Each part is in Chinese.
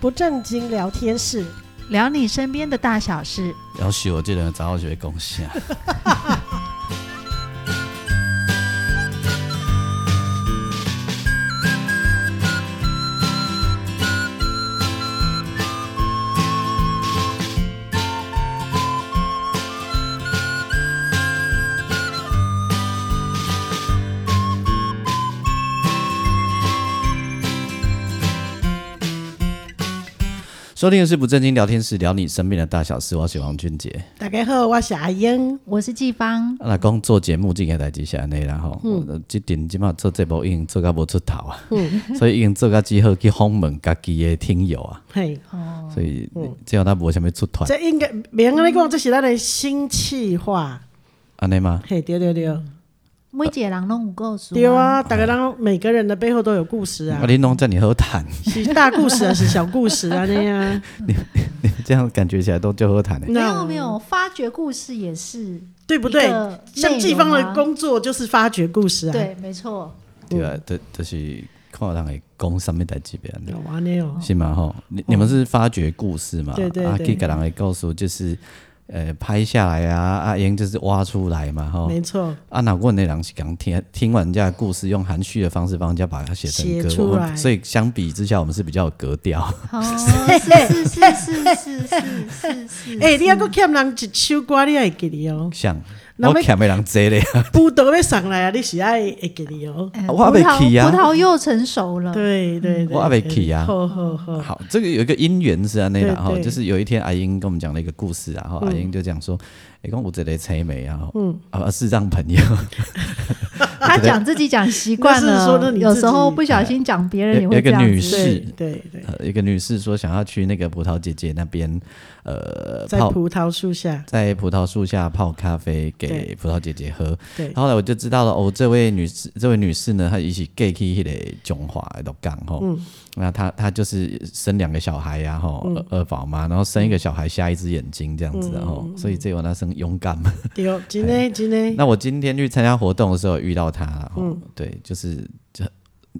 不正经聊天室，聊你身边的大小事。要许我这人早就会贡献。 收听的是不正经聊天室，聊你身边的大小事。我是王俊杰。大家好，我是阿英。我是季芳，啊，来讲做节目这件代志是安尼啦吼，嗯即阵即马做节目已经做到无出头啊，嗯 所以已经做到只好去访问家己的听友啊，嘿，所以这样他无啥物出嗯团，这应该明安尼讲，这是咱的新气话。安尼吗？嘿，对对对，每一个人拢有故事。对，啊，大家人每个人的背后都有故事啊啊，，你弄这你 好谈，是大故事啊，是小故事啊，那样。这样感觉起来都就好嗯谈的。啊没有没有，发掘故事也是对不对一个？像季芳内容的啊工作就是发掘故事啊。对，没 错。对啊，就就是看有人会讲什么代志别安尼有啊，那样哦。是吗？吼，你你们是发掘故事嘛？对对啊，对给个人的告诉就是，呃，拍下来啊，啊，因就是挖出来嘛，吼。没错，啊，哪过那人是讲听听完人家的故事，用含蓄的方式帮人家把它写成写歌，出我们来所以相比之下，我们是比较有格 调。。哦，是是是是是是是是。哎，你还佫欠人一首歌，你还会记得哦像那我么欠的人多咧， 葡萄要上来啊，你是爱会记得哦。哎我还葡没萄去啊葡萄又成熟了。对对对，我还没去啊好好好，好，这个有一个因缘是安内啦对哈，对嗯就是有一天阿英跟我们讲了一个故事啊，哈，阿英就讲说，哎，讲我这个青梅啊，嗯，啊，视障朋友，他讲自己讲习惯那是说那了，你自己有时候不小心讲别人也有有会一这个样女子。对士，对对，呃，一个女士说想要去那个葡萄姐姐那边，呃，在泡葡萄树 下，在葡萄树下泡咖啡给对葡萄姐姐喝，对后来我就知道了，哦，这位女士，这位女士呢，她一起 gay 去迄个中华都港吼，嗯那她她就是生两个小孩呀、吼，嗯二二宝妈，然后生一个小孩瞎一只眼睛这样子的嗯吼，所以这我那生勇敢嘛。对，真的真的，哎那我今天去参加活动的时候有遇到她，吼，嗯对，就是叫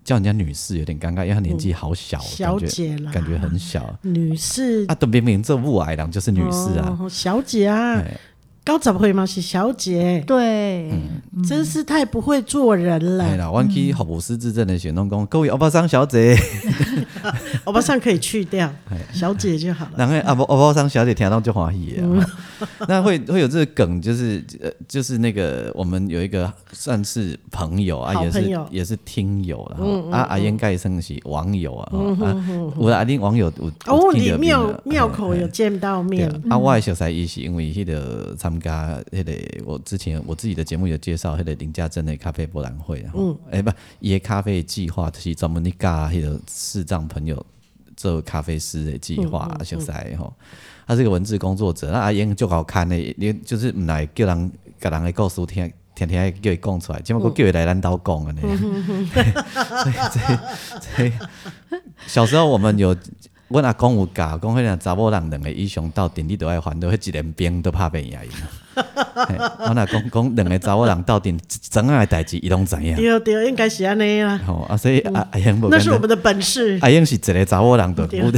叫人家女士有点尴尬，因为她年纪好小，嗯小感觉姐啦，感觉很小。女士啊，都明明这雾矮郎就是女士啊，哦小姐啊哎，高十岁嘛是小姐，对，嗯真是太不会做人了。哎啦，阮去服务师质证的行动讲，各位欧巴桑 小姐，欧巴桑可以去掉，哎小姐就好了。然后阿伯阿伯桑小姐听到就欢喜啊。嗯 那会会有这个梗，就是呃，就是那个我们有一个算是朋友啊，好也朋是友嗯也是听友啦，然后啊阿燕盖生是网友啊，吼啊我的阿玲网友有哦，有记你得名啊庙庙口有见到对面啊，，啊，我的熟悉伊是因为迄个参加迄个我之前我自己的节目有介绍迄个林家珍的咖啡博览会，然后哎不，伊的咖啡计划就是专门咧教迄个视障朋友做咖啡师的计划，熟悉吼。他是个文字工作者，那啊阿英就好看的，你就是毋来叫人甲人的故事听。天天叫伊讲出来，即码我叫伊来咱兜讲安尼。所以，所以，所以小时候我们有阮阿公有教，讲迄个查某人两个以上斗阵，你都爱烦恼，迄一连兵都拍袂赢伊。嘿阮阿公讲两个查某人斗阵，怎样的代志伊拢知影。对对，应该是安尼啦，吼、啊，所以阿阿英无那是我简单，们的本事， 阿英是一个查某人的，对我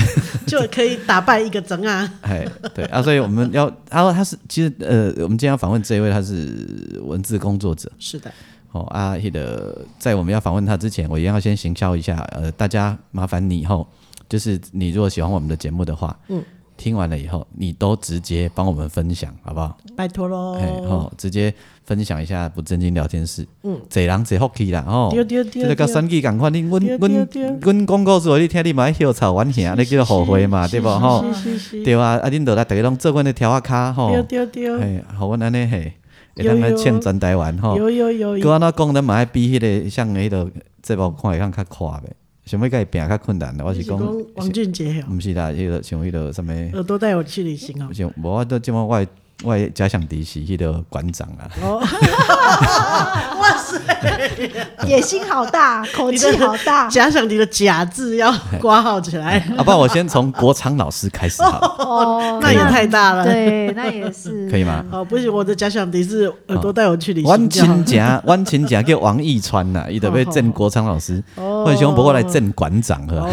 就可以打败一个整啊。哎，对啊，所以我们要，然后他是其实呃，我们今天要访问这一位，他是呃文字工作者。是的，哦啊，迄、个在我们要访问他之前，我一样要先行销一下。呃，大家麻烦你以后，就是你如果喜欢我们的节目的话，嗯，听完了以后，你都直接帮我们分享，好不好？拜托喽哎、。哦，直接分享一下不正经聊天室。嗯，这人这福气啦，哦，对对对这个跟对选举共款，你阮对阮对对阮广告做，你听你嘛要笑吵阮兄，你叫后悔嘛，对不吼？是是对哎啊，啊，恁都来逐个拢做阮的条啊卡吼，丢丢丢，嘿，互阮安尼嘿，会有当来有请全台湾吼。有有有佮有，安怎讲，咱嘛爱比迄个像迄个节目看会通较快呗。想要甲伊拼较困难的，我是嗯你是讲，讲王俊杰哦，毋是啦，迄个像迄个什物，耳朵带我去旅行哦。像无我都即满我的我的假想敌是迄个馆长啊，嗯野心好大， 口气好啊大。假想敌的“假”字要挂号起来，啊，不然我先从国昌老师开始好了，哦，嗯那也太大了。对，那也是可以吗？哦，不行，我的假想敌是耳朵带我去旅阮行就好。亲戚，阮亲戚叫王义川呐，伊就要镇国昌老师，哦我想不过来镇馆长呵，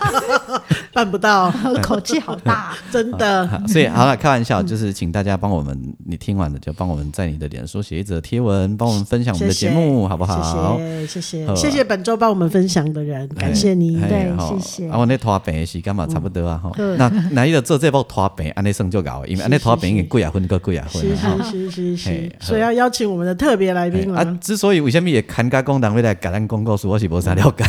办不到， 口气好大，真的。好所以好了，开玩笑，就是请大家帮我们，你听完了就帮我们在你的脸书写一则贴文，帮我们分享我们的节目，谢谢好不好？谢谢，谢好谢，谢谢本周帮我们分享的人，感谢你。嘿对哎吼谢谢啊，我那拖病的时间嘛，差不多啊吼。嗯那那伊就做这部拖病，安尼算就搞，因为安尼拖病已经几啊分个几啊分是了吼。是是是是嘿，哎好所以要邀请我们的特别来宾嘿啊了，。之所以为什么会看家讲人会来甲咱讲故事，我是无啥了 解。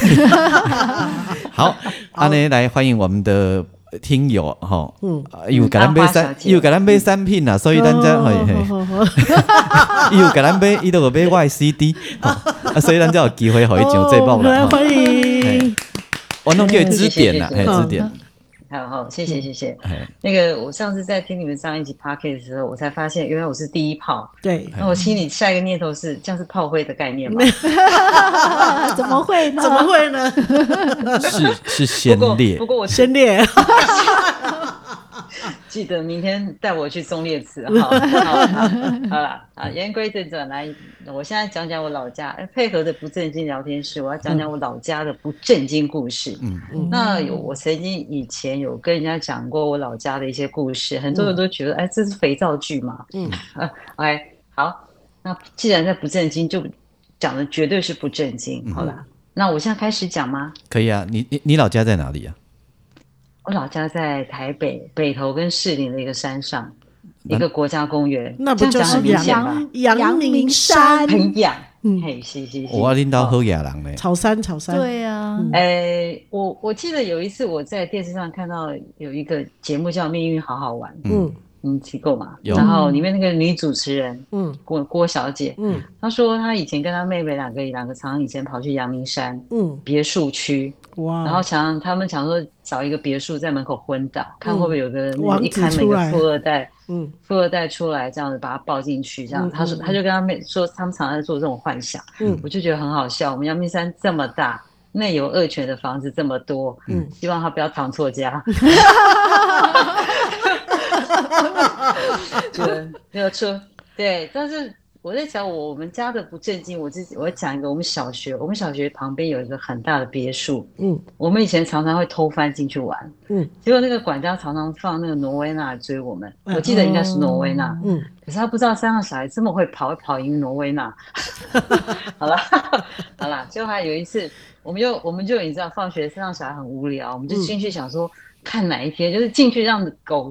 好，安尼来欢迎我们的听友吼，嗯，又给咱买阿三花小，姐又给咱买产品啦，所以咱才嘿嘿。哦好好好 伊有甲咱买，伊都有买我的 CD，吼啊，所以咱才有机会互伊上这目啦。哦吼欢哎迎，我弄叫伊指点啦，谢嘿，谢指哦点，好好，谢谢谢谢。嘿，那个，我上次在听你们上一集 p o c k e t 的时候，我才发现原来我是第一炮。哎对，那我心里下一个念头是，这样是炮灰的概念吗？ 怎么会呢？怎么会呢？ 是是不先过烈不，过我先烈，记得明天带我去忠烈祠哈。好好好啦，啊，言归正传，来，我现在讲讲我老家，哎配合的不正经聊天室，我要讲讲我老家的不正经故事。嗯嗯 那有，我曾经以前有跟人家讲过我老家的一些故事，很多人都觉得，哎，这是肥皂剧嘛。嗯， 哎，好，那既然在不正经，就讲的绝对是不正嗯经，好啦。那我现在开始讲吗？可以啊。你你你老家在哪里啊？我老家在台北北投跟士林的一个山上，一个国家公园，那不这就样讲是很明显吧？阳阳明山很痒，嗯嘿，是是是。我阿领导哦好野人呢，草山草山，对啊，哎，我我记得有一次我在电视上看到有一个节目叫《命运好好玩》，嗯你提过吗？有然后里面那个女主持人嗯郭郭小姐，嗯她说她以前跟她妹妹两个两个常常以前跑去阳明山嗯，别墅区，哇，然后常常他们常说找一个别墅在门口昏倒，看会不会有个那王个一子开门嗯出一来个富二代。嗯富二代出来这样子把他抱进去，这样、嗯他说嗯他就跟他妹说，他们常常在做这种幻想，嗯我就觉得很好笑。我们阳明山这么大，内有恶犬的房子这么多，嗯希望他不要藏 错家。就没有错，对，但是。我在想，我我们家的不正经，我自己我讲一个，我们小学，我们小学旁边有一个很大的别墅，嗯我们以前常常会偷翻进去玩，嗯结果那个管家常常放那个挪威娜追我们，嗯我记得应该是挪威娜，嗯，可是他不知道山上小孩这么会跑，会跑赢挪威娜。 好啦， 好啦，就还有一次，我们就我们就你知道，放学山上小孩很无聊，我们就进去想说、看哪一天，就是进去让狗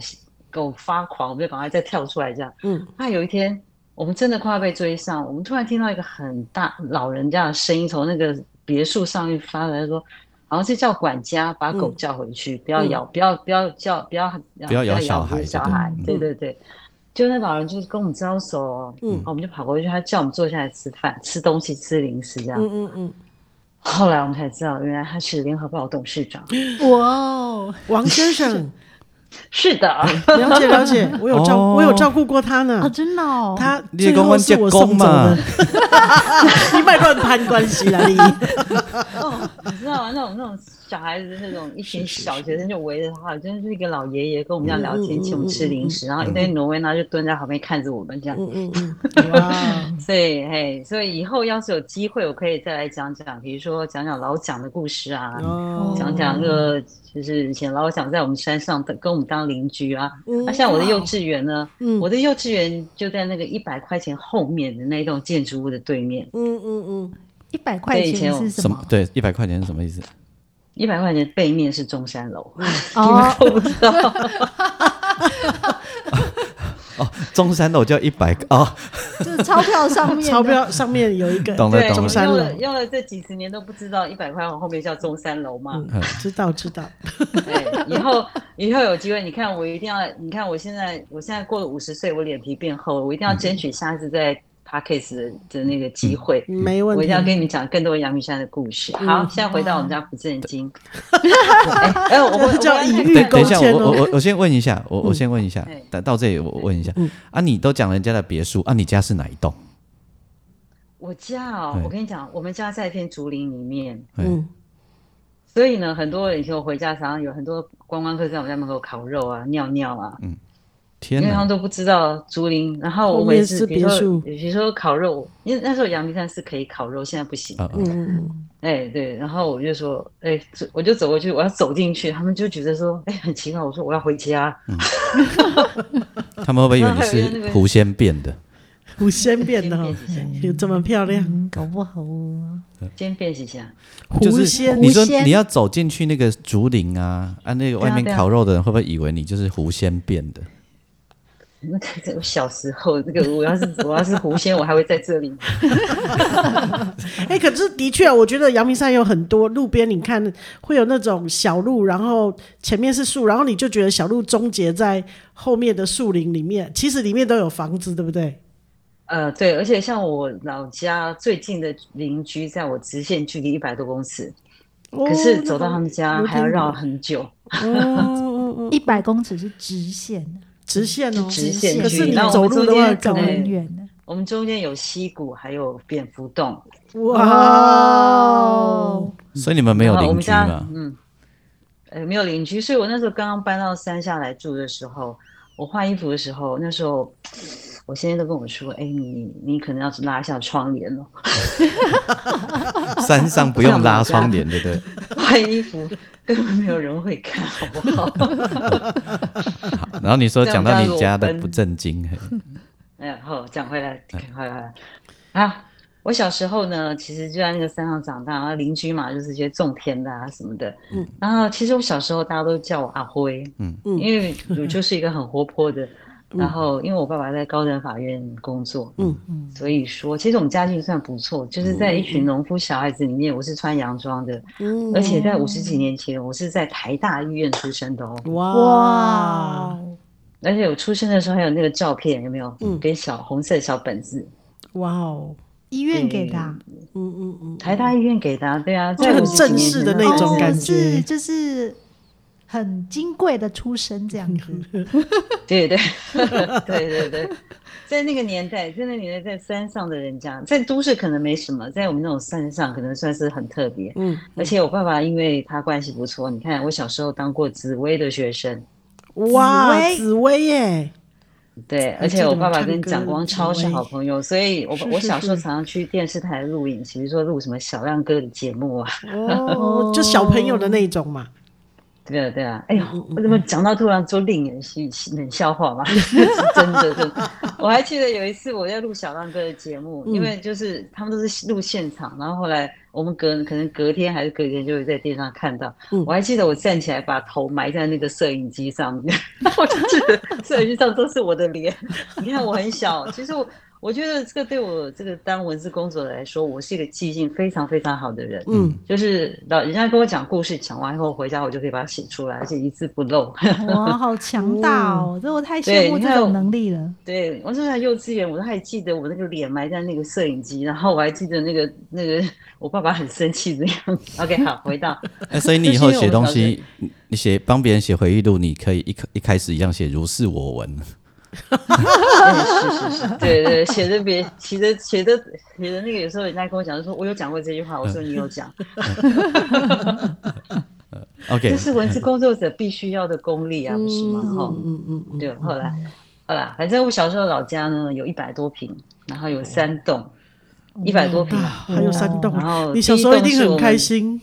狗发狂，我们就赶快再跳出来这样。嗯，那有一天我们真的快要被追上，我们突然听到一个很大老人家的声音从那个别墅上面发来，他说。好像是叫管家把狗嗯叫回去，不要咬，不要不要叫，不要嗯不要咬咬小孩别就小对孩嗯，对对对。就那老人就是跟我们招手哦，嗯然后我们就跑过去，他叫我们坐下来吃饭、吃东西、吃零食这样。嗯嗯嗯，后来我们才知道，原来他是联合报董事长。哇哦，王先生，是 的，了解了解，我有照哦我有照顾过他呢啊，，真的哦，他你最是说后是我我们送这走公的嘛， 你卖乱攀关系啦你，你知道吗？那种那种小孩子那种一群小学生就围着他，真的是一个老爷爷跟我们这样聊嗯嗯天，请我们吃零食，然后一堆挪威呢就蹲在旁边看着我们这样。嗯嗯嗯，哇，所以嘿，所以以后要是有机会，我可以再来讲讲，比如说讲讲老蒋的故事啊，哦讲讲那个就是以前老蒋在我们山上的跟我们当邻居啊。嗯那、像我的幼稚园呢，嗯我的幼稚园就在那个一百块钱后面的那栋建筑物的对面。嗯嗯一百块对以前钱我是什什么么？？对，一百块钱是什么意思？一百块钱背面是中山楼，嗯哦， 我不知道，哦，中山楼叫一百哦，就是钞票上嗯，面的钞票上面有一个，懂了对，懂中了。山用楼了用了这几十年都不知道一百块往后面叫中山楼嘛。嗯，知道知道，对，以后以后有机会，你看我一定要，你看我现在我现在过了五十岁，我脸皮变厚了，我一定嗯要争取下次在 p a c k a s 的那个机会。没问我一题嗯定，要跟你们讲更多阳明山的故事。好，现在回到我们家不正 经。哎，哎我我这叫以隐喻对，勾等一下，芡我我哦，我我先问一下，我我先问一下嗯，到到这里我我问一下，啊，你都讲人家的别墅，啊，你家是哪一栋？我家哦对，我跟你讲，我们家在一片竹林里面，哎嗯所以呢，很多人以前我回家常常有很多观光客在我们家门口烤肉啊、尿尿啊。嗯天因为他哪们！都不知道竹林。然后我后每面次是比别如说墅比如说烤肉，因为那时候阳明山是可以烤肉，现在不行。啊啊嗯，哎，对，然后我就说，哎，走我就走过去，我要走进去，他们就觉得说，哎，很奇怪，我说我要回家，他们会不会以为你 然后还有那是个狐仙变的？狐仙变的先哦变，几下，有这么漂亮，嗯，搞不好哦。嗯先变几下，就狐是仙你说狐仙你要走进去那个竹林啊，啊，那个外面对啊对啊烤肉的人会不会以为你就是狐仙变的？那个这我小时候，这个我要是 我要是狐仙，我还会在这里。哎、可是的确，我觉得阳明山有很多路边，你看会有那种小路，然后前面是树，然后你就觉得小路终结在后面的树林里面，其实里面都有房子，对不对？呃，对，而且像我老家最近的邻居，在我直线距离一百多公尺，可是走到他们家哦有还要点绕很久，哦，一百公尺是直线，直线哦，直线距离。可是你然后我走路们中的话，间可走能很对远的。我们中间有溪谷，还有蝙蝠洞，哇，哦嗯所以你们没有然后我邻们居家嘛？嗯，呃，没有邻居，所以我那时候刚刚搬到山下来住的时候，我换衣服的时候，那时候我先生都跟我说：“哎，你你可能要拉一下窗帘哦， 山上不用拉窗帘，对不对？换衣服根本没有人会看，好不好？”然后你说这讲样到大家你裸家的奔不正经，嘿哎，好，讲回来，讲回来啊！我小时候呢，其实就在那个山上长大，然后邻居嘛，就是一些种田的啊什么的。嗯，然后其实我小时候大家都叫我阿辉，嗯嗯因为我就是一个很活泼的。然后，因为我爸爸在高等法院工作，嗯嗯所以说其实我们家境算不错，就是在一群农夫小孩子里面，我是穿洋装的，嗯而且在五十几年前，我是在台大医院出生的哦。哇哇哇而且我出生的时候还有那个照片，有没有？嗯跟小红色的小本子，哦，医院给的啊，嗯嗯嗯，台大医院给的啊、对啊，就在哦很50正几年式前哦的那时候种是感觉哦是就是很金贵的出身这样 子。对对对对对，在那个年代，在那个年代，在山上的人家，在都市可能没什么，在我们那种山上，可能算是很特别。嗯，而且我爸爸因为他关系不错，你看我小时候当过紫薇的学生，哇，薇紫薇耶，对，而记且得我你爸爸唱跟歌蒋光紫超是薇好朋友，所以我是我是小时候是常常去电视台录影，比如说录什么小亮哥的节目啊，哦，就小朋友的那种嘛，对啊，对啊，哎呦，我怎么讲到突然说令人嬉皮冷笑话吧？ 是真的，真的。我还记得有一次我在录小浪哥的节目，因为就是他们都是录现场，然后后来我们隔可能隔天还是隔天就会在电视上看到。嗯我还记得我站起来把头埋在那个摄影机上面，我就觉得摄影机上都是我的脸。你看我很小，其实我我觉得这个对我这个当文字工作者来说，我是一个记性非常非常好的人。嗯，就是老人家跟我讲故事，讲完以后回家我就可以把它写出来，而且一字不漏。 哇，好强大哦！嗯这我太羡对慕你这看种我能力了。对我就在幼稚园，我都还记得我那个脸埋在那个摄影机，然后我还记得那个那个我爸爸很生气的样子。OK，好，回到哎，所以你以后写东西，你写帮别人写回忆录，你可以一开一开始一样写如是我 闻，嗯对是是是，对对，写的别写的写的写的那个，有时候人家跟我讲，就说我有讲过这句话，我嗯说你有讲， OK，这是文字工作者必须要的功力啊，不是吗？哈、嗯嗯嗯，对，后来，后来，反正我小时候老家呢有一百多平，然后有三栋，哦一百多平啊，还有山洞然后，你小时候一定第一栋是我很们开心，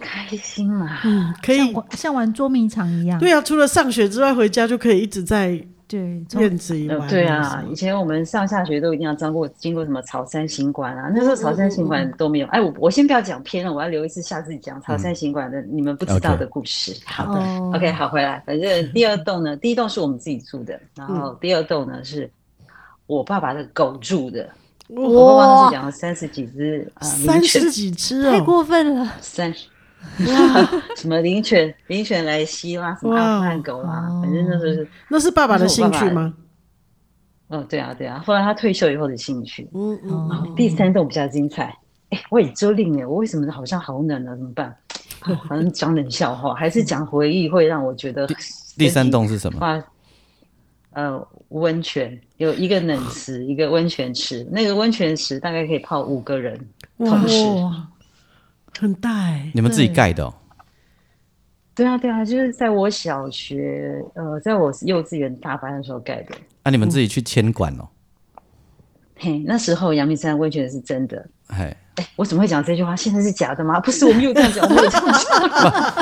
开心啊啦。嗯，可以像玩像玩捉迷藏一样，对啊，除了上学之外，回家就可以一直在对，从院子里玩。对啊，以前我们上下学都一定要经过经过什么草山行馆啊，那时候草山行馆都没有。哎，我我先不要讲偏了，我要留一次下次讲草山行馆的你们不知道 OK 的故事。好的。哦 OK，好，回来。反正第二栋呢，第一栋是我们自己住的，然后第二栋呢是我爸爸的狗住的。我爸爸那时候养了三十几只啊，呃三名犬十几只太哦，过分了，三十， 什么灵犬、灵犬莱西啦，什么阿富汗狗啦，反正那就是，那是爸爸的兴趣吗？哦，对啊，对啊。后来他退休以后的兴趣。嗯嗯，哦第三栋比较精彩，哎，我也遮令哎，我为什么好像好冷啊？怎么办？ 好像讲冷笑话，还是讲回忆会让我觉得第三栋是什么？发，呃，温泉有一个冷哦池，一个温泉池，那个温泉池大概可以泡五个人同时。哇，嗯很大哎，你们自己盖的哦，对啊，对啊，就是在我小学，呃，在我幼稚园大班的时候盖的。啊，你们自己去监管哦，嘿，那时候阳明山温泉是真的。哎，哎，我怎么会讲这句话？现在是假的吗？不是，我没有这样讲，我没有这样讲。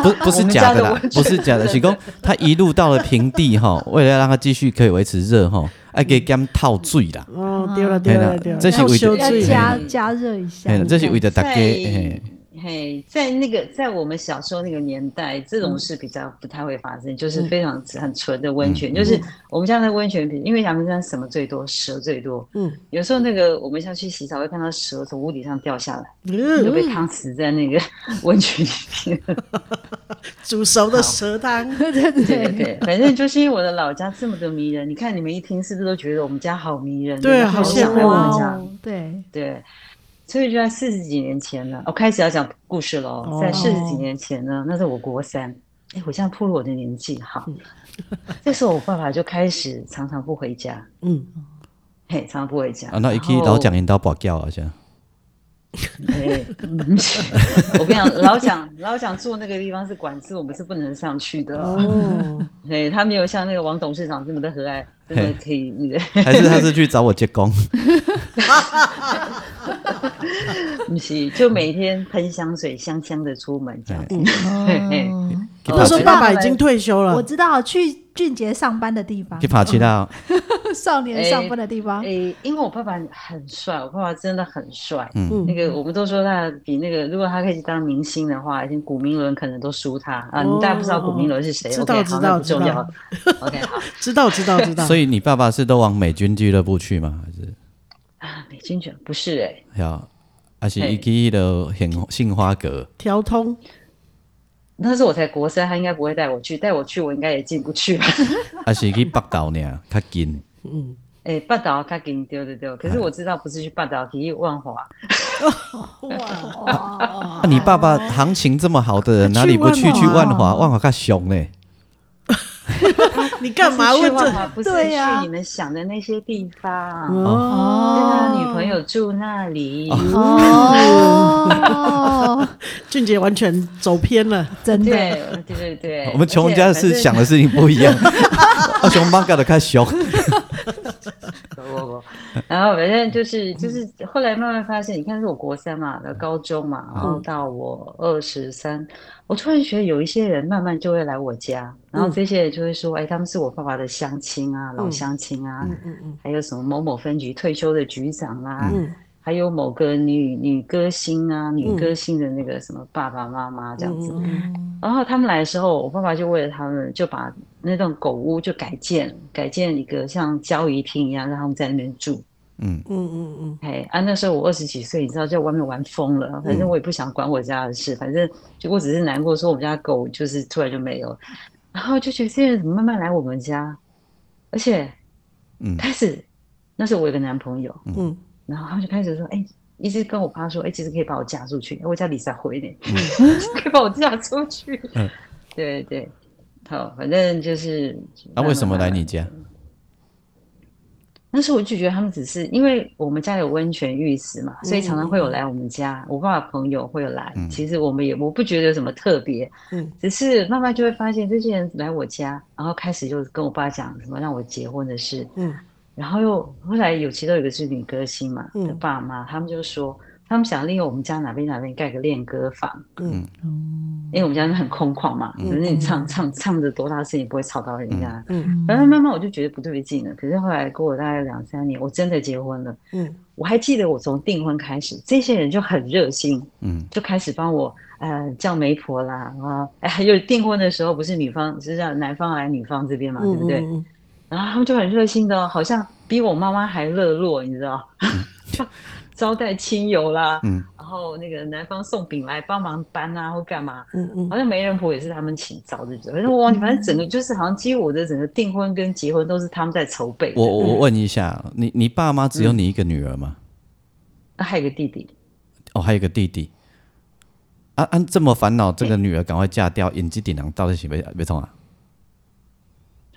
不不是啊我们假家的的啦温，泉不是假的，是讲它一路到了平地哈，为了要让它继续可以维持热 哈，爱给它套醉啦，哦，对了对了嘿啦对了，这是要为修了要罪对加加热一下嗯哎，，这是为了大家，在嘿嘿，在那个在我们小时候那个年代，这嗯种事比较不太会发生，就是非常很纯的温泉。嗯就是我们家的温泉比，因为阳明山什么最多，蛇最多。嗯，有时候那个我们下去洗澡会看到蛇从屋顶上掉下来，就嗯，被烫死在那个 温泉里面。煮熟的蛇汤，对对对对， 对，反正就是因为我的老家这么的迷人，你看你们一听是不是都觉得我们家好迷人？对然后好羡想来慕我啊们哇家。哦，对，对，所以就在四十几年前呢，我、哦开始要讲故事喽。在四十哦几年前呢，那是我国三，哎，我这样暴露我的年纪哈。嗯这时候我爸爸就开始常常不回家，嗯，嘿，常常不回家。啊，那一去然后老蒋因兜跋筊啊好像，哎，嗯我跟你讲，老蒋老蒋住那个地方是管制，我们是不能上去的。哦，对他没有像那个王董事长这么的和蔼，这嘿么可以那个。还是他是去找我结工， 不是，就每天喷香水，香香的出门这样子。嘿嘿哦，去那爬时候七我爸爸已经退休我了，知道去俊杰上班的地方去，爬七啦，少年上班的地啊方，诶、因为我爸爸很帅，我爸爸真的很帅。嗯那个我们都说他比那个，如果他可以当明星的话，已经古明伦可能都输他啊。哦你大家不知道古明伦是谁知？OK，道好，知那道不重知要道。 OK，好。 知道知道知道，所以以你爸爸是都往美军俱乐部去吗？还是啊，美军犬不是哎、呀，还是一去的杏杏花阁？调 通那时候我才国三，他应该不会带我去，带我去我应该也进不去吧。 啊，是去北岛呢，较近。诶、半岛他给你丢丢丢，可是我知道不是去半岛，去万华。哇，啊，你爸爸行情这么好的人，哪里不去去去万华万华？万华较凶嘞，你干嘛不是去问万这？华？不是对呀去你们想的那些地方。哦，跟哦，他女朋友住那里，哦，俊杰完全走偏了，真的，对对对 对，我们穷人家而且反是正想的事情不一样， 啊，熊妈搞的较凶。不不不， 然后反正就是就是后来慢慢发现，你看是我国三嘛，到高中嘛，然后到我二十三，我突然觉得有一些人慢慢就会来我家，然后这些人就会说，哎，他们是我爸爸的乡亲啊，老乡亲啊，嗯嗯还有什么某某分局退休的局长啊，嗯还有某个女女歌星啊，女歌星的那个什么爸爸妈妈这样子。然后他们来的时候，我爸爸就为了他们，就把那栋狗屋就改建，改建一个像交谊厅一样，让他们在那边住。嗯，嗯嗯嗯，哎，啊，那时候我二十几岁，你知道，在外面玩疯了，反嗯正我也不想管我家的事，反正就我只是难过，说我们家狗就是突然就没有，然后就觉得这些人怎么慢慢来我们家，而且，嗯开始那时候我有个男朋友，嗯，然后他就开始说，哎、一直跟我爸说，哎、其实可以把我嫁出去，哎我叫李三辉呢， 可以把我嫁出去，嗯对对，好，反正就是，那啊为什么来慢慢慢慢你家？那时候我就觉得他们只是因为我们家有温泉浴室嘛，所以常常嗯会有来我们家，我爸爸朋友会有来。其实我们也我不觉得有什么特别，嗯只是慢慢就会发现这些人来我家，然后开始就跟我爸讲什么让我结婚的事，嗯，然后又后来有其中有一个是女歌星嘛、嗯的爸妈，他们就说他们想利用我们家哪边哪边盖个练歌房，嗯因为我们家很空旷嘛，可是你唱唱唱着多大声也不会吵到人家，嗯然后慢慢我就觉得不对劲了，可是后来过了大概两三年，我真的结婚了。嗯我还记得我从订婚开始，这些人就很热心，嗯，就开始帮我呃叫媒婆啦，啊，哎，还有订婚的时候不是女方是让男方来女方这边嘛，对不对？嗯然后他们就很热心的哦，好像比我妈妈还热络，你知道，招待亲友啦，嗯然后那个男方送饼来帮忙搬啊或干嘛，嗯嗯好像媒人婆也是他们请招的，反正我忘记，反正整个就是好像几乎我的整个订婚跟结婚都是他们在筹备的。我我我问一下，你你爸妈只有你一个女儿吗？那还有个弟弟，哦，还有一个弟弟。啊啊，这么烦恼，这个女儿赶快嫁掉，引及顶梁到底是被被冲啊？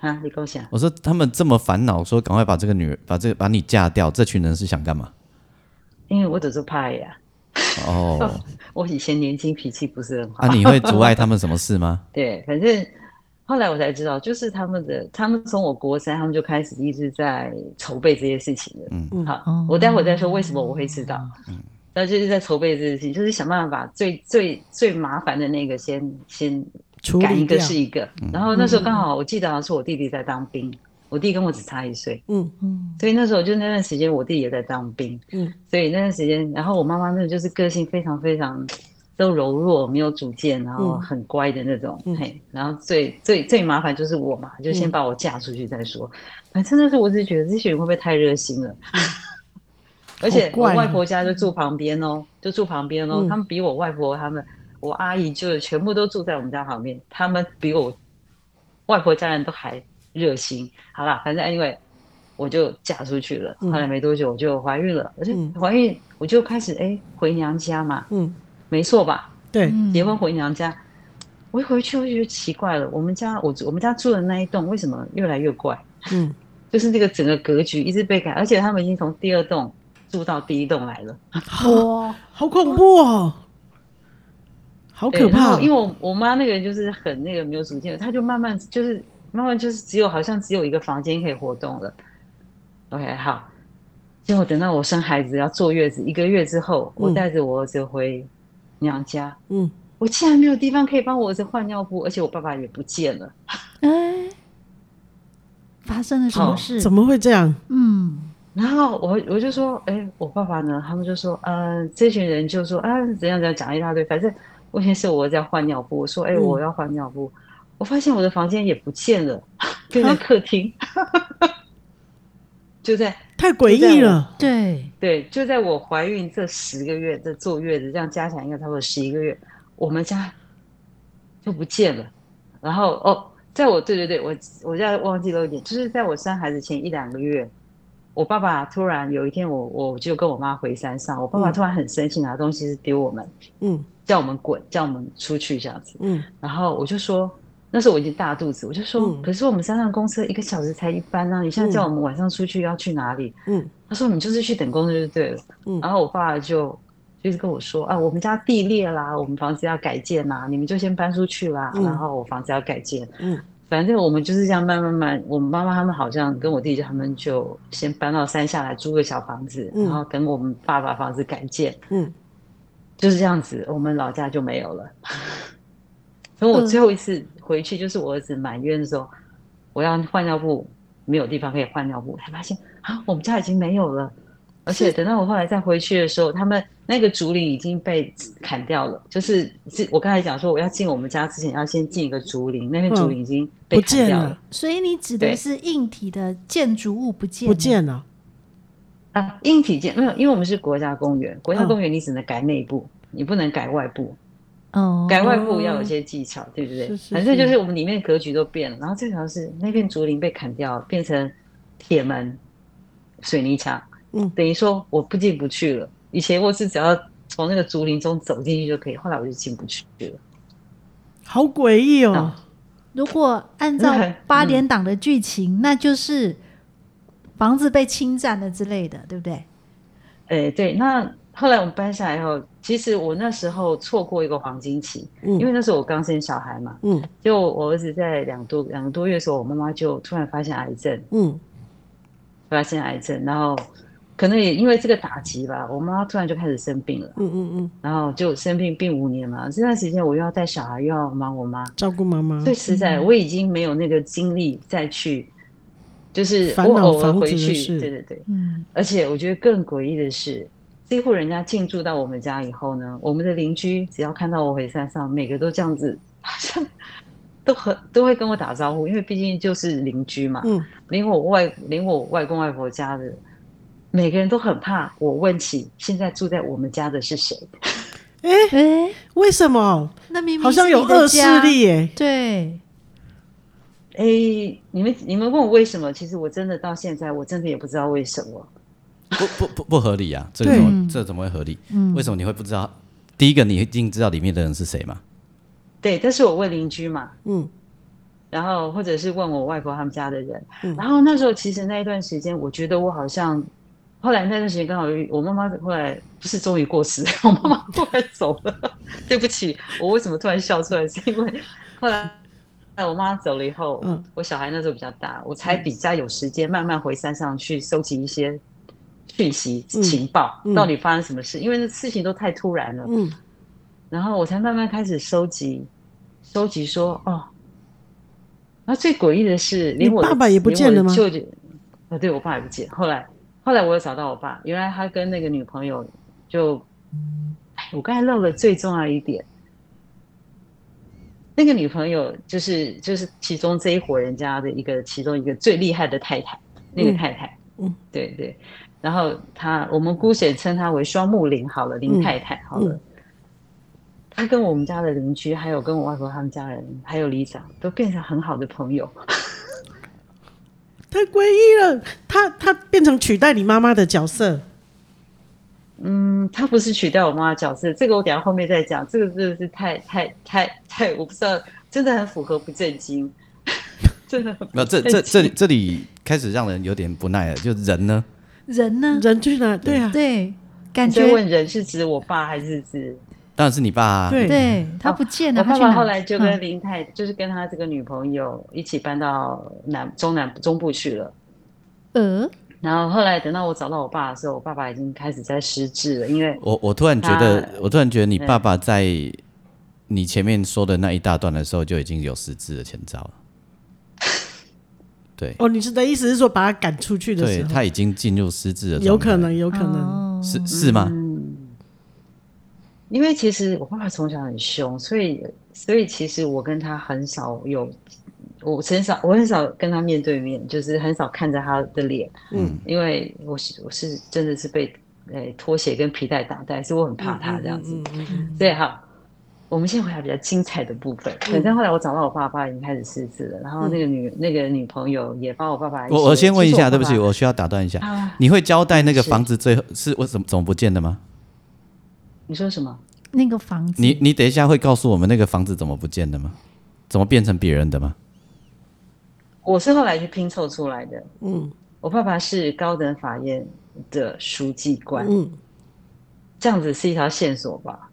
啊，你跟我想，我说他们这么烦恼，说赶快把这个女儿把这把你嫁掉，这群人是想干嘛？因为我只是怕呀， 哦，我以前年轻脾气不是很好，啊，你会阻碍他们什么事吗？ 对，反正后来我才知道，就是他们的，他们从我国三，他们就开始一直在筹备这些事情了。嗯哦好，我待会再说为什么我会知道。那就是在筹备这件事情，就是想办法把最最最麻烦的那个先先处赶理一个掉，嗯是一个。然后那时候刚好我记得好像是我弟弟在当兵，我弟跟我只差一岁，嗯嗯，所以那时候就那段时间我弟也在当兵，嗯所以那段时间，然后我妈妈那个就是个性非常非常都柔弱，没有主见，然后嗯很乖的那种，嗯嘿，然后最最最麻烦就是我嘛，就先把我嫁嗯出去再说。反正那时候我只是觉得这群人会不会太热 心了？而且我怪哦外婆家就住旁边哦，就住旁边哦，嗯他们比我外婆他们，我阿姨就是全部都住在我们家旁边，他们比我外婆家人都还热心。好啦，反正 anyway，我就嫁出去了。嗯后来没多久我就怀孕了，我就嗯怀孕我就开始哎、回娘家嘛，嗯，没错吧？对，嗯结婚回娘家，我一回去我就觉得奇怪了，我们家我住我们家住的那一栋为什么越来越怪？嗯就是这个整个格局一直被改，而且他们已经从第二栋住到第一栋来了。哇，好恐怖哦，好对可然怕哦后，因为我我妈那个人就是很那个没有主见，她就慢慢就是慢慢就是只有好像只有一个房间可以活动了。OK，好。结果等到我生孩子要坐月子一个月之后，我嗯带着我儿子回娘家，嗯，我竟然没有地方可以帮我儿子换尿布，而且我爸爸也不见了。哎，发生了什么好事？怎么会这样？嗯，然后我我就说，哎、我爸爸呢？他们就说，呃，这群人就说啊，怎样怎样讲一大堆，反正问题是我在换尿布，我说，哎、嗯我要换尿布，我发现我的房间也不见了，变成客厅， 就在太诡异了，对，对，就在我怀孕这十个月，这坐月子这样加起来应该差不多十一个月，我们家就不见了。然后哦，在我对对对，我我现在忘记了一点，就是在我生孩子前一两个月，我爸爸突然有一天我，我就跟我妈回山上，我爸爸嗯突然很生气，拿东西是丢我们，嗯叫我们滚，叫我们出去这样子。嗯然后我就说，那时候我已经大肚子，我就说，嗯可是我们山上公车一个小时才一班啊，你现在叫我们晚上出去要去哪里？嗯他说你就是去等工作就对了。嗯然后我爸就就是跟我说啊，我们家地裂啦，我们房子要改建啦，你们就先搬出去啦。嗯然后我房子要改建，嗯反正我们就是这样慢慢慢。我们妈妈他们好像跟我弟弟他们就先搬到山下来租个小房子，嗯然后等我们爸把房子改建，嗯，就是这样子。我们老家就没有了。所以嗯我最后一次回去就是我儿子满月的时候，我要换尿布，没有地方可以换尿布，才发现啊，我们家已经没有了。而且等到我后来再回去的时候，他们那个竹林已经被砍掉了。就是是我刚才讲说，我要进我们家之前要先进一个竹林，那片竹林已经被嗯不砍见掉了，所以你指对的是硬体的建筑物不见，不，见了，啊。硬体建没有，因为我们是国家公园，国家嗯公园你只能改内部，你不能改外部。哦，改外部要有一些技巧，对不对？是是反正就是是我们里面格局都变了，然后最主要是那片竹林被砍掉，变成铁门、水泥墙，嗯等于说我不进不去了。以前我是只要从那个竹林中走进去就可以，后来我就进不去了。好诡异哦啊，如果按照那很八点嗯档的剧情，那就是房子被侵占了之类的，对不对？哎，对，那后来我们搬下来以后，其实我那时候错过一个黄金期，因嗯为那时候我刚生小孩嘛，嗯就我儿子在两多两个多月的时候，我妈妈就突然发现癌症。嗯发现癌症，然后可能也因为这个打击吧，我妈突然就开始生病了，嗯嗯嗯，然后就生病病五年嘛。这段时间我又要带小孩，又要忙我妈，照顾妈妈所，以实嗯在我已经没有那个精力再去，就是烦我恼偶尔房回子的去，事对对对。嗯，而且我觉得更诡异的是，这户人家进驻到我们家以后呢，我们的邻居只要看到我回山上，每个都这样子，好像都很都会跟我打招呼，因为毕竟就是邻居嘛。嗯连我外连我外公外婆家的，每个人都很怕我问起现在住在我们家的是谁。哎，为什么那明明好像有是你的恶势家力，耶？对，哎，你们你们问我为什么？其实我真的到现在我真的也不知道为什么。不不不不合理啊！这个对怎么这怎么会合理？嗯为什么你会不知道？第一个，你一定知道里面的人是谁嘛？对，但是我问邻居嘛，嗯然后或者是问我外婆他们家的人，嗯然后那时候其实那一段时间，我觉得我好像后来那段时间刚好有我妈妈后来不是终于过世， 我妈妈后来走了。 对不起，我为什么突然笑出来？是因为后来，哎，我妈走了以后，嗯我小孩那时候比较大，我才比较有时间慢慢回山上去收集一些讯息、嗯情报，嗯到底发生什么事？因为那事情都太突然了。嗯然后我才慢慢开始收集，收集说哦，然后最诡异的是，连你我的爸爸也不见了吗连我的舅舅，啊，对我爸也不见。后来后来我又找到我爸，原来他跟那个女朋友就，哎，我刚才漏了最重要一点。那个女朋友就是就是其中这一伙人家的一个其中一个最厉害的太太，那个嗯太太，嗯，对对，然后她我们姑且称她为双木林好了，林嗯太太好了，嗯他跟我们家的邻居，还有跟我外婆他们家人，还有里长，都变成很好的朋友。太诡异了，他他变成取代你妈妈的角色，嗯，他不是取代我妈的角色，这个我等一下后面再讲。这个真的是太太太太，我不知道，真的很符合不正 经，真的很不那这正这经这里这里开始让人有点不耐了，就人呢？人呢？人去哪？对啊，对，感你在觉问人是指我爸还是指当然是你爸、啊。对对他不见了，我他爸去爸哪？后来就嗯跟林太，就是跟他这个女朋友一起搬到南中南中部去了。呃，然后后来等到我找到我爸的时候，我爸爸已经开始在失智了，因为我我突然觉啊得，我突然觉得你对爸爸在你前面说的那一大段的时候就已经有失智的前兆了。对，哦，你是的意思是说把他赶出去的对时候，他已经进入失智的状态，有可能，有可能，哦是是吗？嗯，因为其实我爸爸从小很凶，所以所以其实我跟他很少有，我很少我很少跟他面对面，就是很少看着他的脸，嗯因为我是我是真的是被诶拖鞋跟皮带打带，所以我很怕他这样子。嗯嗯嗯对，好，我们先回来比较精彩的部分。嗯反正后来我找到我爸爸已经开始失智了，然后那个女那个女朋友也帮我爸爸一我我些先问一其实下，我对不爸起，爸我需要打断一下。啊，你会交代那个是房子最后是为什么怎么不见的吗？你说什么？那个房子，你你等一下会告诉我们那个房子怎么不见的吗？怎么变成别人的吗？我是后来去拼凑出来的。嗯我爸爸是高等法院的书记官，嗯，这样子是一条线索吧？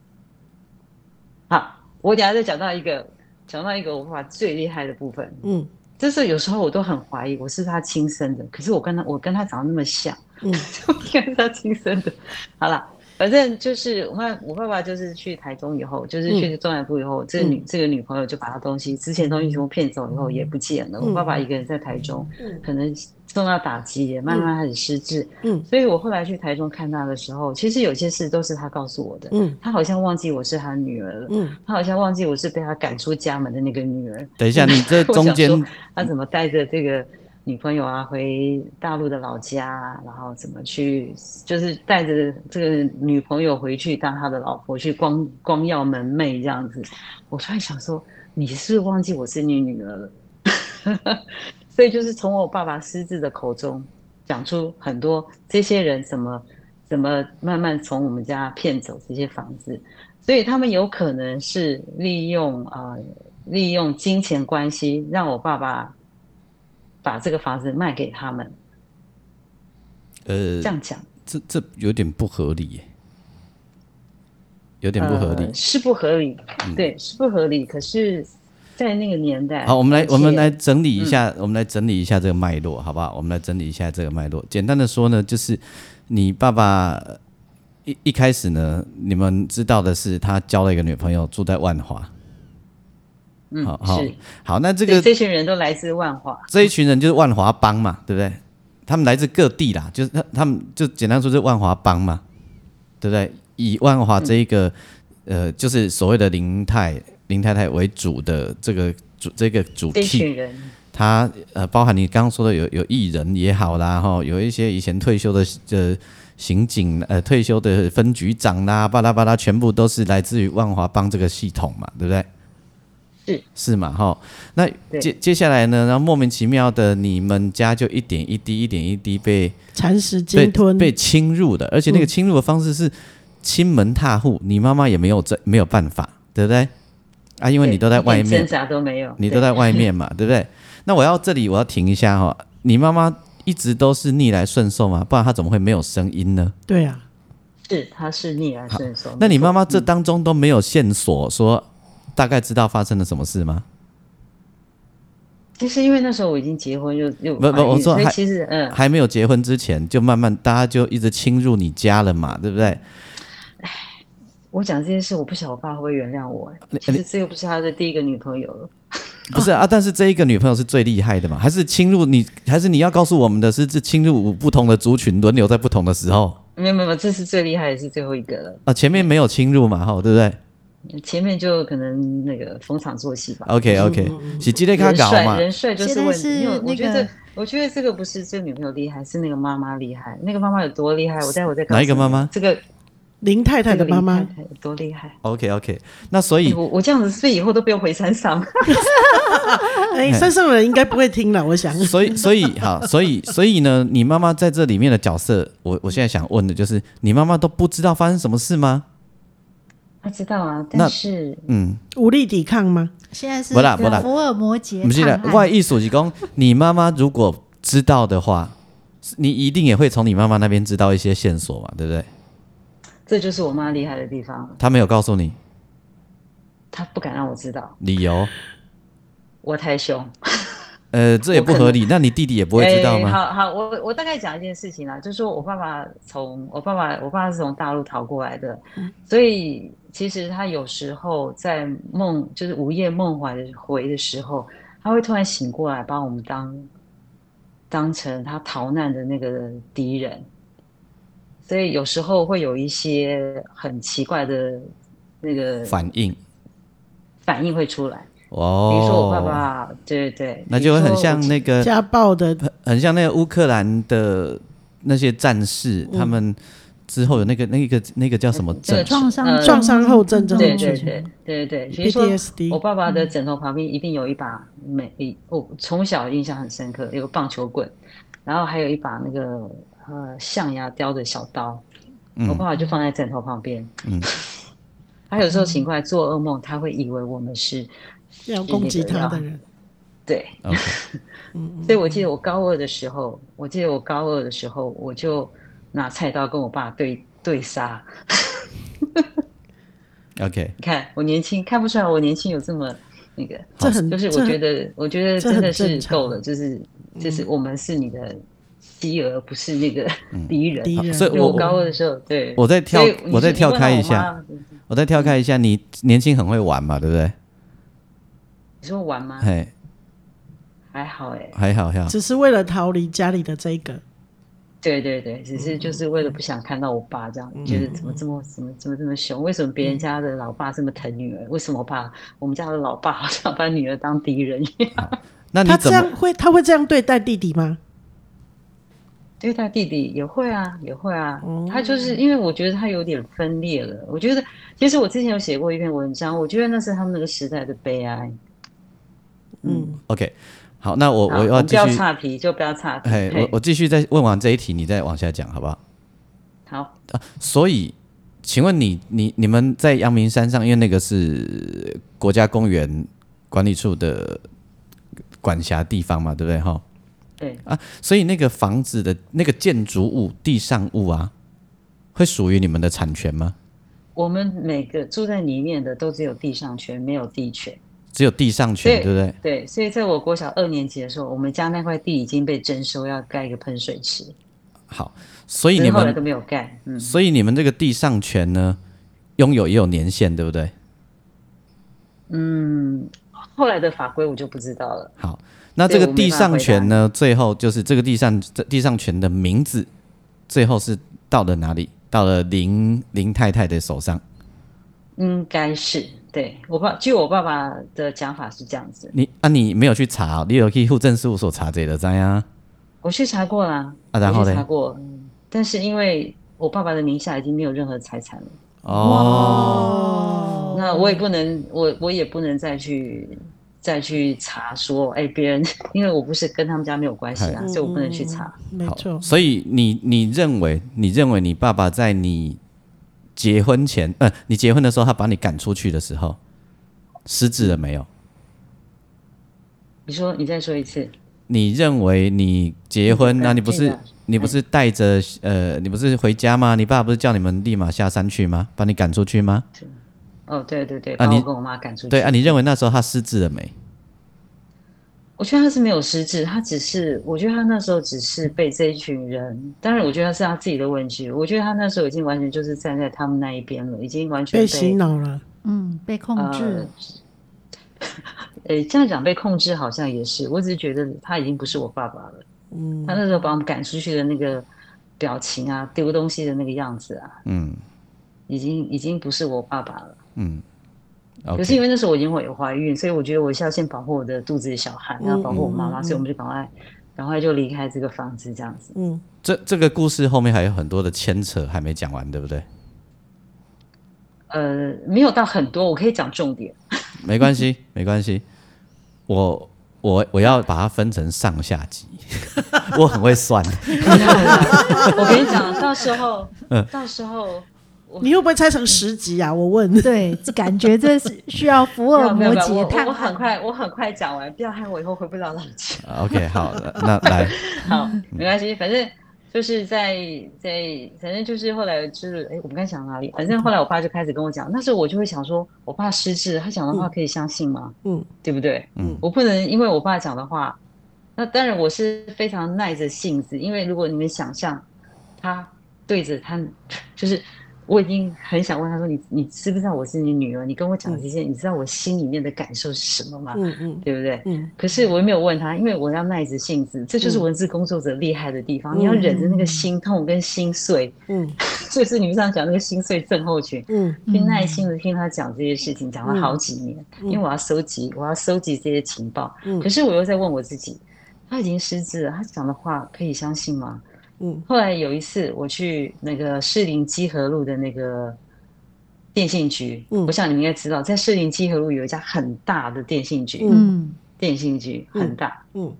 好，我等一下再讲到一个，讲到一个我爸爸最厉害的部分。嗯就是有时候我都很怀疑我是他亲生的，可是我跟他我跟他长得那么像，嗯 就应该是他亲生的。好啦，反正就是我爸我爸爸就是去台中以后，就是嗯去中南部以后，这个女这个女朋友就把他东西之前东西全部骗走以后也不见了。嗯我爸爸一个人在台中，嗯可能受到打击，也慢慢开始失智。嗯所以我后来去台中看他的时候，其实有些事都是他告诉我的。嗯他好像忘记我是他女儿了，嗯，他好像忘记我是被他赶出家门的那个女儿。等一 下，你这我中想间说他怎么带着这个女朋友啊回大陆的老家啊，然后怎么去，就是带着这个女朋友回去当他的老婆去光光耀门楣这样子。我突然想说，你是不是忘记我是你女儿了？ 所以就是从我爸爸失智的口中讲出很多这些人怎么怎么慢慢从我们家骗走这些房子，所以他们有可能是利用呃利用金钱关系让我爸爸把这个房子卖给他们，呃这，样讲这这有点不合理耶，有点不合理嗯呃、。是不合理，对，是不合理。可是，在那个年代，好，我们来而我们且来整理一下，嗯我们来整理一下这个脉络，好不好？我们来整理一下这个脉络。简单的说呢，就是你爸爸呃一一开始呢，你们知道的是他交了一个女朋友，住在万华。嗯好好是好，那这对个这群人都来自万华，这一群人就是万华帮嘛，对不对？他们来自各地啦，就是他他们就简单说是万华帮嘛，对不对？以万华这一个、呃，就是所谓的林太林太太为主的这个主这个主这题，群人他呃，包含你刚刚说的有有艺人也好啦，哈，有一些以前退休的呃刑警呃退休的分局长啦，巴拉巴拉，全部都是来自于万华帮这个系统嘛，对不对？是是嘛，哈。那对接接下来呢，然后莫名其妙的，你们家就一点一滴、一点一滴被蚕食被鲸吞，被侵入的，而且那个嗯侵入的方式是亲门踏户，你妈妈也没有这没有办法，对不对？啊，因为对你都在一外点面挣，扎都没有，你对都 在外面嘛，对不对？那我要这里我要停一下哈、你妈妈一直都是逆来顺受嘛，不然它怎么会没有声音呢？对啊，是他是逆来顺受。那你妈妈这当中都没有线索说大概知道发生了什么事吗？其实因为那时候我已经结婚又又不不怀孕我说所以还其实嗯，还没有结婚之前就慢慢大家就一直侵入你家了嘛，对不对？哦我讲这件事，我不晓得我爸会不会原谅我、欸。其你实这又不是他的第一个女朋友了，不是啊，但是这一个女朋友是最厉害的嘛？还是侵入你？还是你要告诉我们的是，这侵入不同的族群，轮流在不同的时候没有没有，没有这是最厉害的是最后一个了。啊？前面没有侵入嘛，吼，对不对前面就可能那个逢场作戏吧。 ？OK OK，是基内卡人搞嘛帅，？嗯人帅就是问现在是题。因为我觉那得个这，我觉得这个不是这个女朋友厉害，是那个妈妈厉害。那个妈妈有多厉害？我待会再告诉哪一个你妈妈这个林太太这的个妈妈林太太有多厉害？ OK OK，那所以欸我我这样子是不是以后都不用回山上？ 哎，山上的人应该不会听了， 我想。 所以所以好，所以所以呢，你妈妈在这里面的角色，我我现在想问的就是，你妈妈都不知道发生什么事吗？他知道啊，那但是嗯，无力抵抗吗？现在是不啦不啦福尔摩节不是探的案，，外意思是讲，你妈妈如果知道的话，你一定也会从你妈妈那边知道一些线索嘛，对不对？这就是我妈厉害的地方，她没有告诉你她不敢让我知道，理由，我太凶。呃，这也不合理。那你弟弟也不会知道哎吗？好好，我我大概讲一件事情啦，就是说我爸爸从我爸爸我爸爸是从大陆逃过来的，所以其实他有时候在梦就是午夜梦怀的回的时候，他会突然醒过来，把我们当当成他逃难的那个敌人，所以有时候会有一些很奇怪的那个反应反应会出来，比哦，如说我爸，爸，对对对，那比就如会很说我像那个家暴的很像那个乌克兰的那些战士，他们之后有那个那个那个叫什么这个症？创伤嗯呃创伤后症这对种对事对情对对，比如说我，PTSD，爸爸的枕头旁边一定有一把美，一我从小印象很深刻，有个棒球棍，然后还有一把那个呃象牙雕的小刀，我嗯爸爸就放在枕头旁边。嗯， 他有时候醒过来做噩梦，他会以为我们是要攻击他的人，对，嗯，OK，所以我记得我高二的时候，我记得我高二的时候，我就拿菜刀跟我爸对对杀。 OK，你看我年轻，看不出来我年轻有这么那个。这很就是这我很觉得，我觉得这真很的是正常嗯够了，就是就是我们是你的妻儿，不是那个敌人。敌人所以嗯对我我高二的时候，对，我再跳所以你我再是跳开一，你问下到我妈我再跳开一下，你年轻很会玩嘛，对不对？你说玩吗？嘿，还好哎，还好还好。只是为了逃离家里的这一个。对对对，只是就是为了不想看到我爸这样，嗯觉嗯得怎么这么怎么怎么这么凶？为什么别人家的老爸这么疼女儿？为什么我爸我们家的老爸好像把女儿当敌人一样？那你他这怎么样会，他会这样对待弟弟吗？对他弟弟也会啊，也会啊。哦他就是因为我觉得他有点分裂了。我觉得其实我之前有写过一篇文章，我觉得那是他们那个时代的悲哀。嗯 OK？好，那我好我我要们不继要续，岔题，就不要岔题。嘿，我嘿我继续再问完这一题，你再往下讲好不好？好，所以，请问你你你们在阳明山上，因为那个是国家公园管理处的管辖地方嘛，对不对？哈啊对，所以那个房子的那个建筑物、地上物啊，会属于你们的产权吗？我们每个住在里面的都只有地上权，没有地权。只有地上权，对对不对？对，所以在我国小二年级的时候，我们家那块地已经被征收，要盖一个喷水池，好，所以所你以后来们都没有盖。嗯，所以你们这个地上权呢，拥有也有年限，对不对？后来的法规我就不知道了。好，那这对个我没地办法上回答权呢，最后就是这个地上这地上权的名字，最后是到了哪里？到了林林太太的手上。应该是对我爸，据我爸爸的讲法是这样子。你啊，你没有去查、你有去户政事务所查这个怎样？我去查过啦，啊然后我去嘞查过，嗯但是因为我爸爸的名下已经没有任何财产了，哦，哦，嗯那我也不能，我我也不能再去再去查说，哎，别人， 因为我不是跟他们家没有关系啊，所以我不能去嗯查。没错，所以你你认为你认为你爸爸在你结婚前，呃，你结婚的时候，他把你赶出去的时候，失智了没有？你说，你再说一次，你认为你结婚，那你不对是的你不是嗯带着呃，你不是回家吗？你爸不是叫你们立马下山去吗？把你赶出去吗？哦，对对对，啊把你我跟我妈赶出去。对啊，你认为那时候他失智了没？我觉得他是没有失智，他只是，我觉得他那时候只是被这一群人，当然我觉得是他自己的问题。我觉得他那时候已经完全就是站在他们那一边了，已经完全被洗脑了，嗯，被控制呃，诶，这样讲呃被控制好像也是，我只是觉得他已经不是我爸爸了。嗯他那时候把我们赶出去的那个表情啊，丢东西的那个样子啊，嗯已经已经不是我爸爸了。嗯可是因，OK，为那时候我已经有怀孕，所以我觉得我是要先保护我的肚子里小孩，嗯要保护我妈妈，嗯嗯所以我们就赶快，赶快就离开这个房子这样子。嗯，这这个故事后面还有很多的牵扯还没讲完，对不对？呃，没有到很多，我可以讲重点。没关 系，没关系，我我我要把它分成上下集， 我很会算。我跟你讲，到时候，到时候你会不会拆成十集啊？我问，对，这感觉这是需要福没尔有没摩有没有，我节我探我很案。快我很快讲完，不要害我以后回不了老家。 OK，好，那来， 好，没关系，反正就是在在，反正就是后来就是，哎，我们刚讲到哪里？反正后来我爸就开始跟我讲，那时候我就会想说，我爸失智，他讲的话可以相信吗？嗯，对不对？嗯我不能因为我爸讲的话，那当然我是非常耐着性子，因为如果你们想象他对着他，就是我已经很想问他说，你你知不知道我是你女儿？你跟我讲这些，你知道我心里面的感受是什么吗？嗯嗯对不对？嗯可是我也没有问他，因为我要耐着性子，这就是文字工作者厉害的地嗯方。你要忍着那个心痛跟心碎，嗯就是你们上讲那个心碎症候群，嗯去耐心的听他讲这些事情，讲了好几年，嗯因为我要收集，我要收集这些情报。嗯可是我又在问我自己，他已经失智了，他讲的话可以相信吗？嗯后来有一次我去那个士林基河路的那个电信局，嗯我想你们应该知道，在士林基河路有一家很大的电信局，嗯嗯，电信局嗯很大。嗯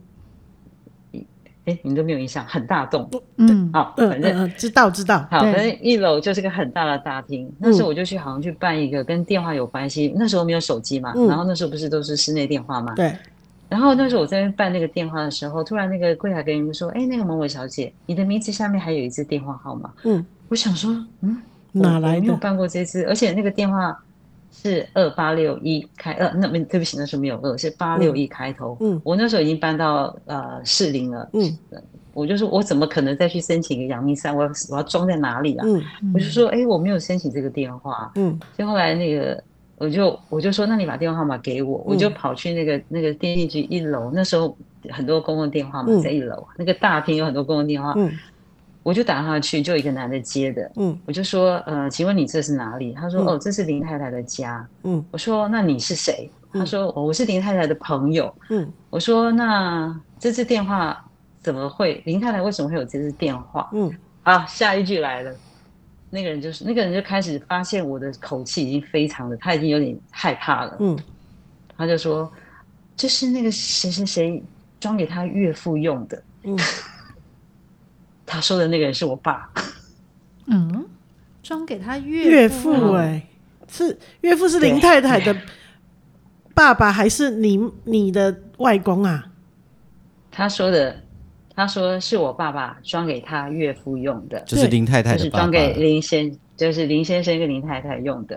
哎，你们都没有印象，很大栋。嗯好，嗯反嗯正嗯，知道知道，好，对反正一楼就是个很大的大厅。那嗯时候我就去，好像去办一个跟电话有关系。那时候没有手机嘛，嗯然后那时候不是都是室内电话嘛。对，然后那时候我在那边办那个电话的时候，突然那个柜台跟人说：“哎，那个某某小姐，你的名字下面还有一支电话号码。嗯，”我想说，嗯，我哪我来没有的？办过这支，而且那个电话是二八六一开二，那没对不起，那时候没有二，是八六一开头。嗯我那时候已经搬到呃士林了，嗯我就说，我怎么可能再去申请一个阳明山？我要我要装在哪里啊？嗯我就说，哎、我没有申请这个电话。嗯所以后来那个，我就我就说，那你把电话号码给我，我嗯就跑去那个那个电信局一楼，那时候很多公共电话嘛嗯，在一楼、那个大厅有很多公共电话，嗯我就打上去，就有一个男的接的，嗯我就说，呃，请问你这是哪里？他说，嗯哦，这是林太太的家。嗯我说，那你是谁？他嗯说，哦我是林太太的朋友。嗯我说那这次电话怎么会林太太为什么会有这次电话？嗯啊，下一句来了，那个人就是那个人就开始发现我的口气已经非常的，他已经有点害怕了，嗯他就说这是那个谁谁谁装给他岳父用的，嗯，他说的那个人是我爸，嗯，装给他岳岳父父啊哎，是岳父是林太太的爸爸还是你你的外公啊？他说的，他说是我爸爸装给他岳父用的，就是林太太就的是爸装爸，给林先，就是林先生跟林太太用的。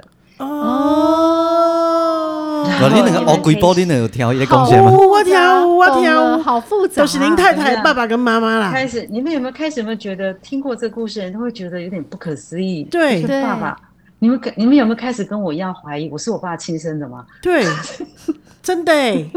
哦，哇你那个哦乌龟波，你能有挑一个贡献吗？哦我跳舞我懂跳了舞好复杂啊，都是林太怎么太样爸爸跟妈啊妈啦。开始，你们有没有开始有没有觉得听过这故事的人都会觉得有点不可思议？对就是爸爸，你们可你们有没有开始跟我一样怀疑我是我爸亲生的吗？对，真的欸、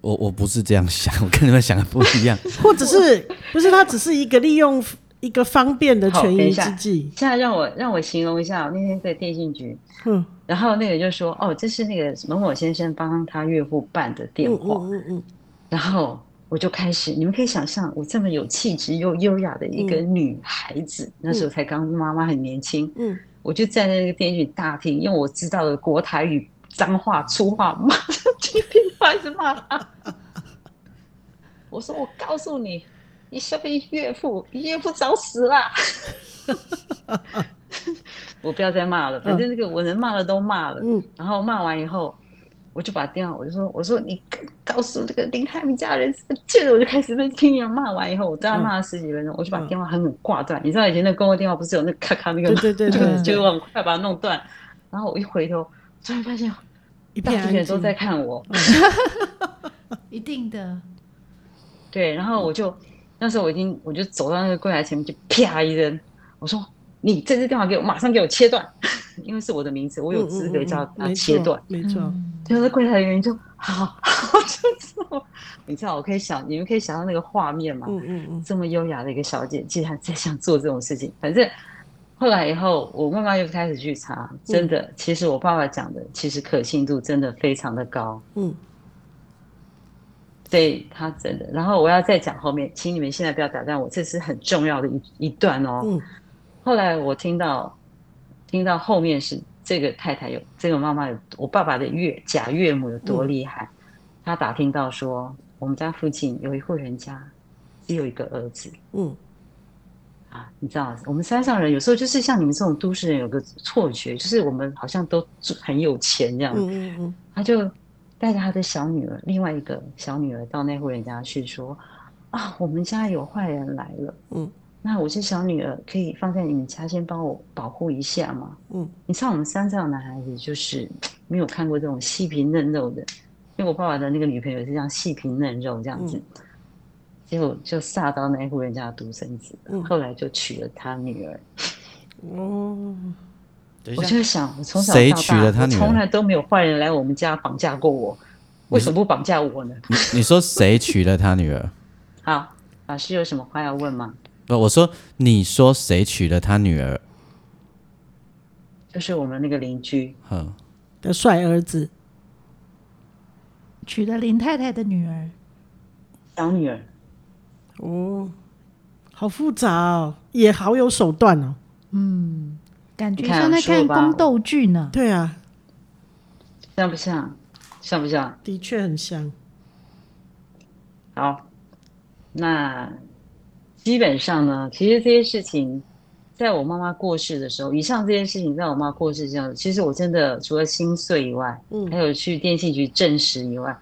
我我不是这样想， 我跟你们想的不一样。或者是不是他只是一个利用一个方便的好权等宜一下之计？现在让我让我形容一下，我那天在电信局，嗯然后那个就说，哦，这是那个某某先生帮他岳父办的电嗯话，嗯嗯然后我就开始，你们可以想象我这么有气质又优雅的一个女孩子，那时候才刚妈妈很年轻，嗯我就站在那个电视大厅，用我知道的国台语、脏话、粗话骂 上去，不好意思骂他。我说：“我告诉你，你小被岳父，你岳父找死 啦！”我不要再骂了，反正那个我能骂的都骂了。嗯然后骂完以后，我就把电话，我就说，我说你告诉这个林泰明家人是个贱人，我就开始被听人骂完以后，我大概骂了十几分钟，我就把电话狠狠挂断。你知道以前那公共电话不是有那咔咔那个吗？对对对就对就我很快把它弄断。然后我一回头，突然发现一大片批安人都静。在看我，一定的，对，然后我就那时候我已经我就走到那个柜台前面，就啪一扔，我说：“你这支电话给我马上给我切断，因为是我的名字，我有资格叫嗯嗯嗯它没切错断。没错。嗯结果那柜台人员就好，我就走。你知道，我可以想，你们可以想象那个画面吗？嗯嗯嗯，这么优雅的一个小姐，竟然在想做这种事情。反正后来以后，我慢慢又开始去查，真的，其实我爸爸讲的，其实可信度真的非常的高。嗯，对他真的。然后我要再讲后面，请你们现在不要打断我，这是很重要的一一段哦。嗯后来我听到，听到后面是这个太太有这个妈妈有我爸爸的岳假岳母有多厉害，她打听到说我们家附近有一户人家只有一个儿子嗯啊，你知道我们山上人有时候就是像你们这种都市人有个错觉，就是我们好像都住很有钱这样，嗯嗯嗯他就带着他的小女儿，另外一个小女儿到那户人家去说：“啊，我们家有坏人来了，嗯，那我是小女儿，可以放在你们家先帮我保护一下吗？”嗯，你像我们山上的男孩子，就是没有看过这种细皮嫩肉的，因为我爸爸的那个女朋友是这样细皮嫩肉这样嗯子，结果就煞到那户人家的独生子，嗯后来就娶了他女儿。嗯，等我就想，我从小谁到娶大，了我他女儿从来都没有坏人来我们家绑架过我，为什么不绑架我呢？你你说谁娶了他女儿？好，老师有什么话要问吗？不，我说你说谁娶了他女儿？就是我们那个邻居，哼，的帅儿子，娶了林太太的女儿，小女儿，哦，好复杂哦，也好有手段哦。感觉你看像在看说吧宫斗剧呢。对啊，像不像？像不像？的确很像。好，那基本上呢，其实这些事情，在我妈妈过世的时候，以上这些事情，在我妈过世这样，其实我真的除了心碎以外，嗯还有去电信局证实以外，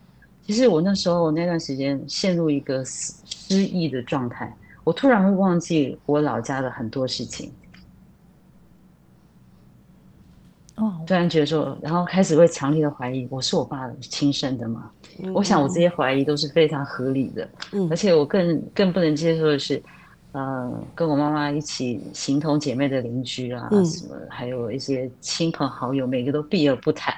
其实我那时候那段时间陷入一个失失忆的状态，我突然会忘记我老家的很多事情。哇，突然觉得说，然后开始会强烈的怀疑，我是我爸亲生的吗？我想我这些怀疑都是非常合理的，嗯而且我更更不能接受的是，呃，跟我妈妈一起形同姐妹的邻居啊，嗯什么还有一些亲朋好友，每个都避而不谈，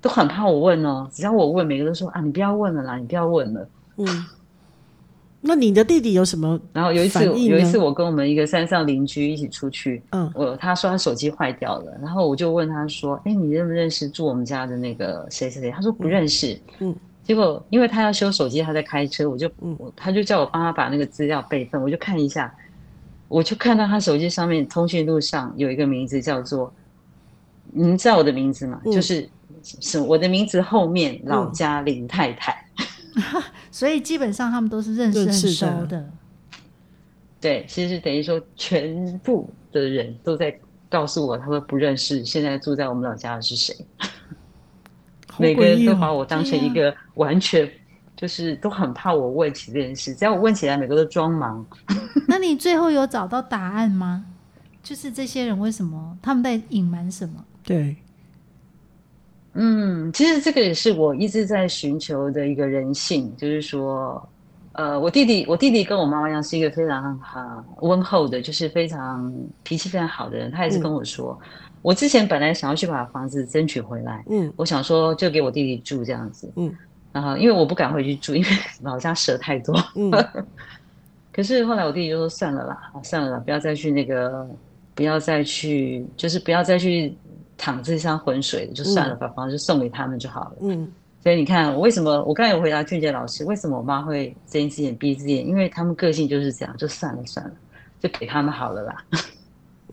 都很怕我问哦，只要我问，每个都说啊，你不要问了啦，你不要问了。嗯，那你的弟弟有什么？然后有一次，反应呢有一次我跟我们一个山上邻居一起出去，嗯我呃他说他手机坏掉了，然后我就问他说：“哎，你认不认识住我们家的那个谁谁谁？”他说不认识。嗯结果因为他要修手机，他在开车，我就嗯我他就叫我帮他把那个资料备份，我就看一下，我就看到他手机上面通讯录上有一个名字叫做，你们知道我的名字吗？嗯就是是我的名字后面老嗯家林太太。所以基本上他们都是认识认很识的熟的。对，其实等于说全部的人都在告诉我，他们不认识现在住在我们老家的是谁，好每个诡人异都哦把我当成一个完全就是都很怕我问起这件事，只要我问起来，每个都装忙。那你最后有找到答案吗？就是这些人为什么他们在隐瞒什么？对，嗯，其实这个也是我一直在寻求的一个人性，就是说，呃，我弟弟，我弟弟跟我妈妈一样，是一个非常啊温厚的，就是非常脾气非常好的人。他也是嗯跟我说，我之前本来想要去把房子争取回来，嗯我想说就给我弟弟住这样子，嗯然后因为我不敢回去住，因为老家蛇太多。嗯可是后来我弟弟就说算了啦，算了啦，不要再去那个，不要再去，就是不要再去淌这趟浑水了，就算了，把房子送给他们就好了。嗯所以你看，我为什么我刚才有回答俊杰老师，为什么我妈会睁一只眼闭一只眼？因为他们个性就是这样，就算了算了，就给他们好了啦，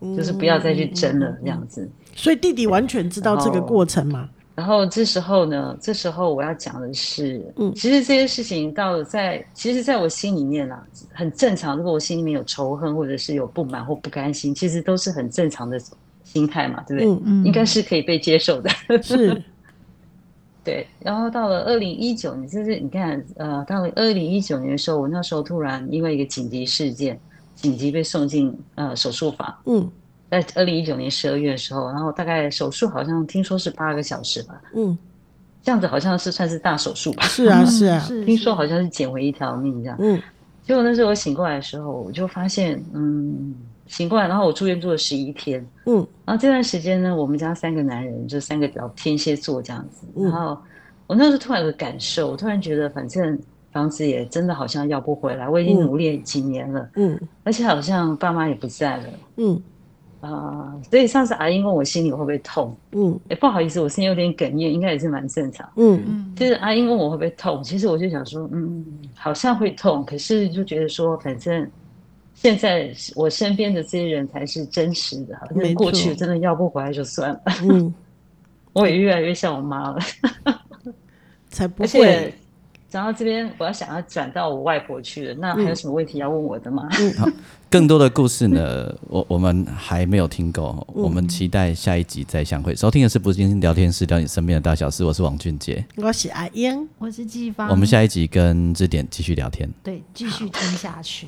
嗯，就是不要再去争了这样子。所以弟弟完全知道这个过程嘛？然后这时候呢，这时候我要讲的是，嗯其实这些事情到了在，其实在我心里面啊，很正常。如果我心里面有仇恨，或者是有不满或不甘心，其实都是很正常的心态嘛，对不对？嗯，嗯，应该是可以被接受的。是，对，然后到了二零一九，你就是你看，呃，到了二零一九年的时候，我那时候突然因为一个紧急事件，紧急被送进呃手术房。嗯在二零一九年十二月的时候，然后大概手术好像听说是八个小时吧，嗯，这样子好像是算是大手术吧，是啊嗯是啊，是听说是好像是捡回一条命这样。嗯结果那时候我醒过来的时候，我就发现，嗯，醒过来，然后我住院住了十一天，嗯然后这段时间呢，我们家三个男人就三个比较天蝎座这样子，嗯然后我那时候突然有个感受，我突然觉得反正房子也真的好像要不回来，我已嗯经努力几年了，嗯而且好像爸妈也不在了。嗯啊、所以上次阿英问我心里会不会痛，嗯哎，不好意思，我声音有点哽咽，应该也是蛮正常。嗯嗯就是阿英问我会不会痛，其实我就想说，嗯，好像会痛，可是就觉得说，反正现在我身边的这些人才是真实的，好没像过错去真的要不回来就算了。 嗯，我也越来越像我妈了，才 不会而且。讲到这边，我要想要转到我外婆去了，那还有什么问题要问我的吗？更多的故事呢，我我们还没有听够，我们期待下一集再相会。收听的是不经聊天室，聊你身边的大小事。我是王俊杰，我是阿英。我是季芳，我们下一集跟志典继续聊天。对继续听下去。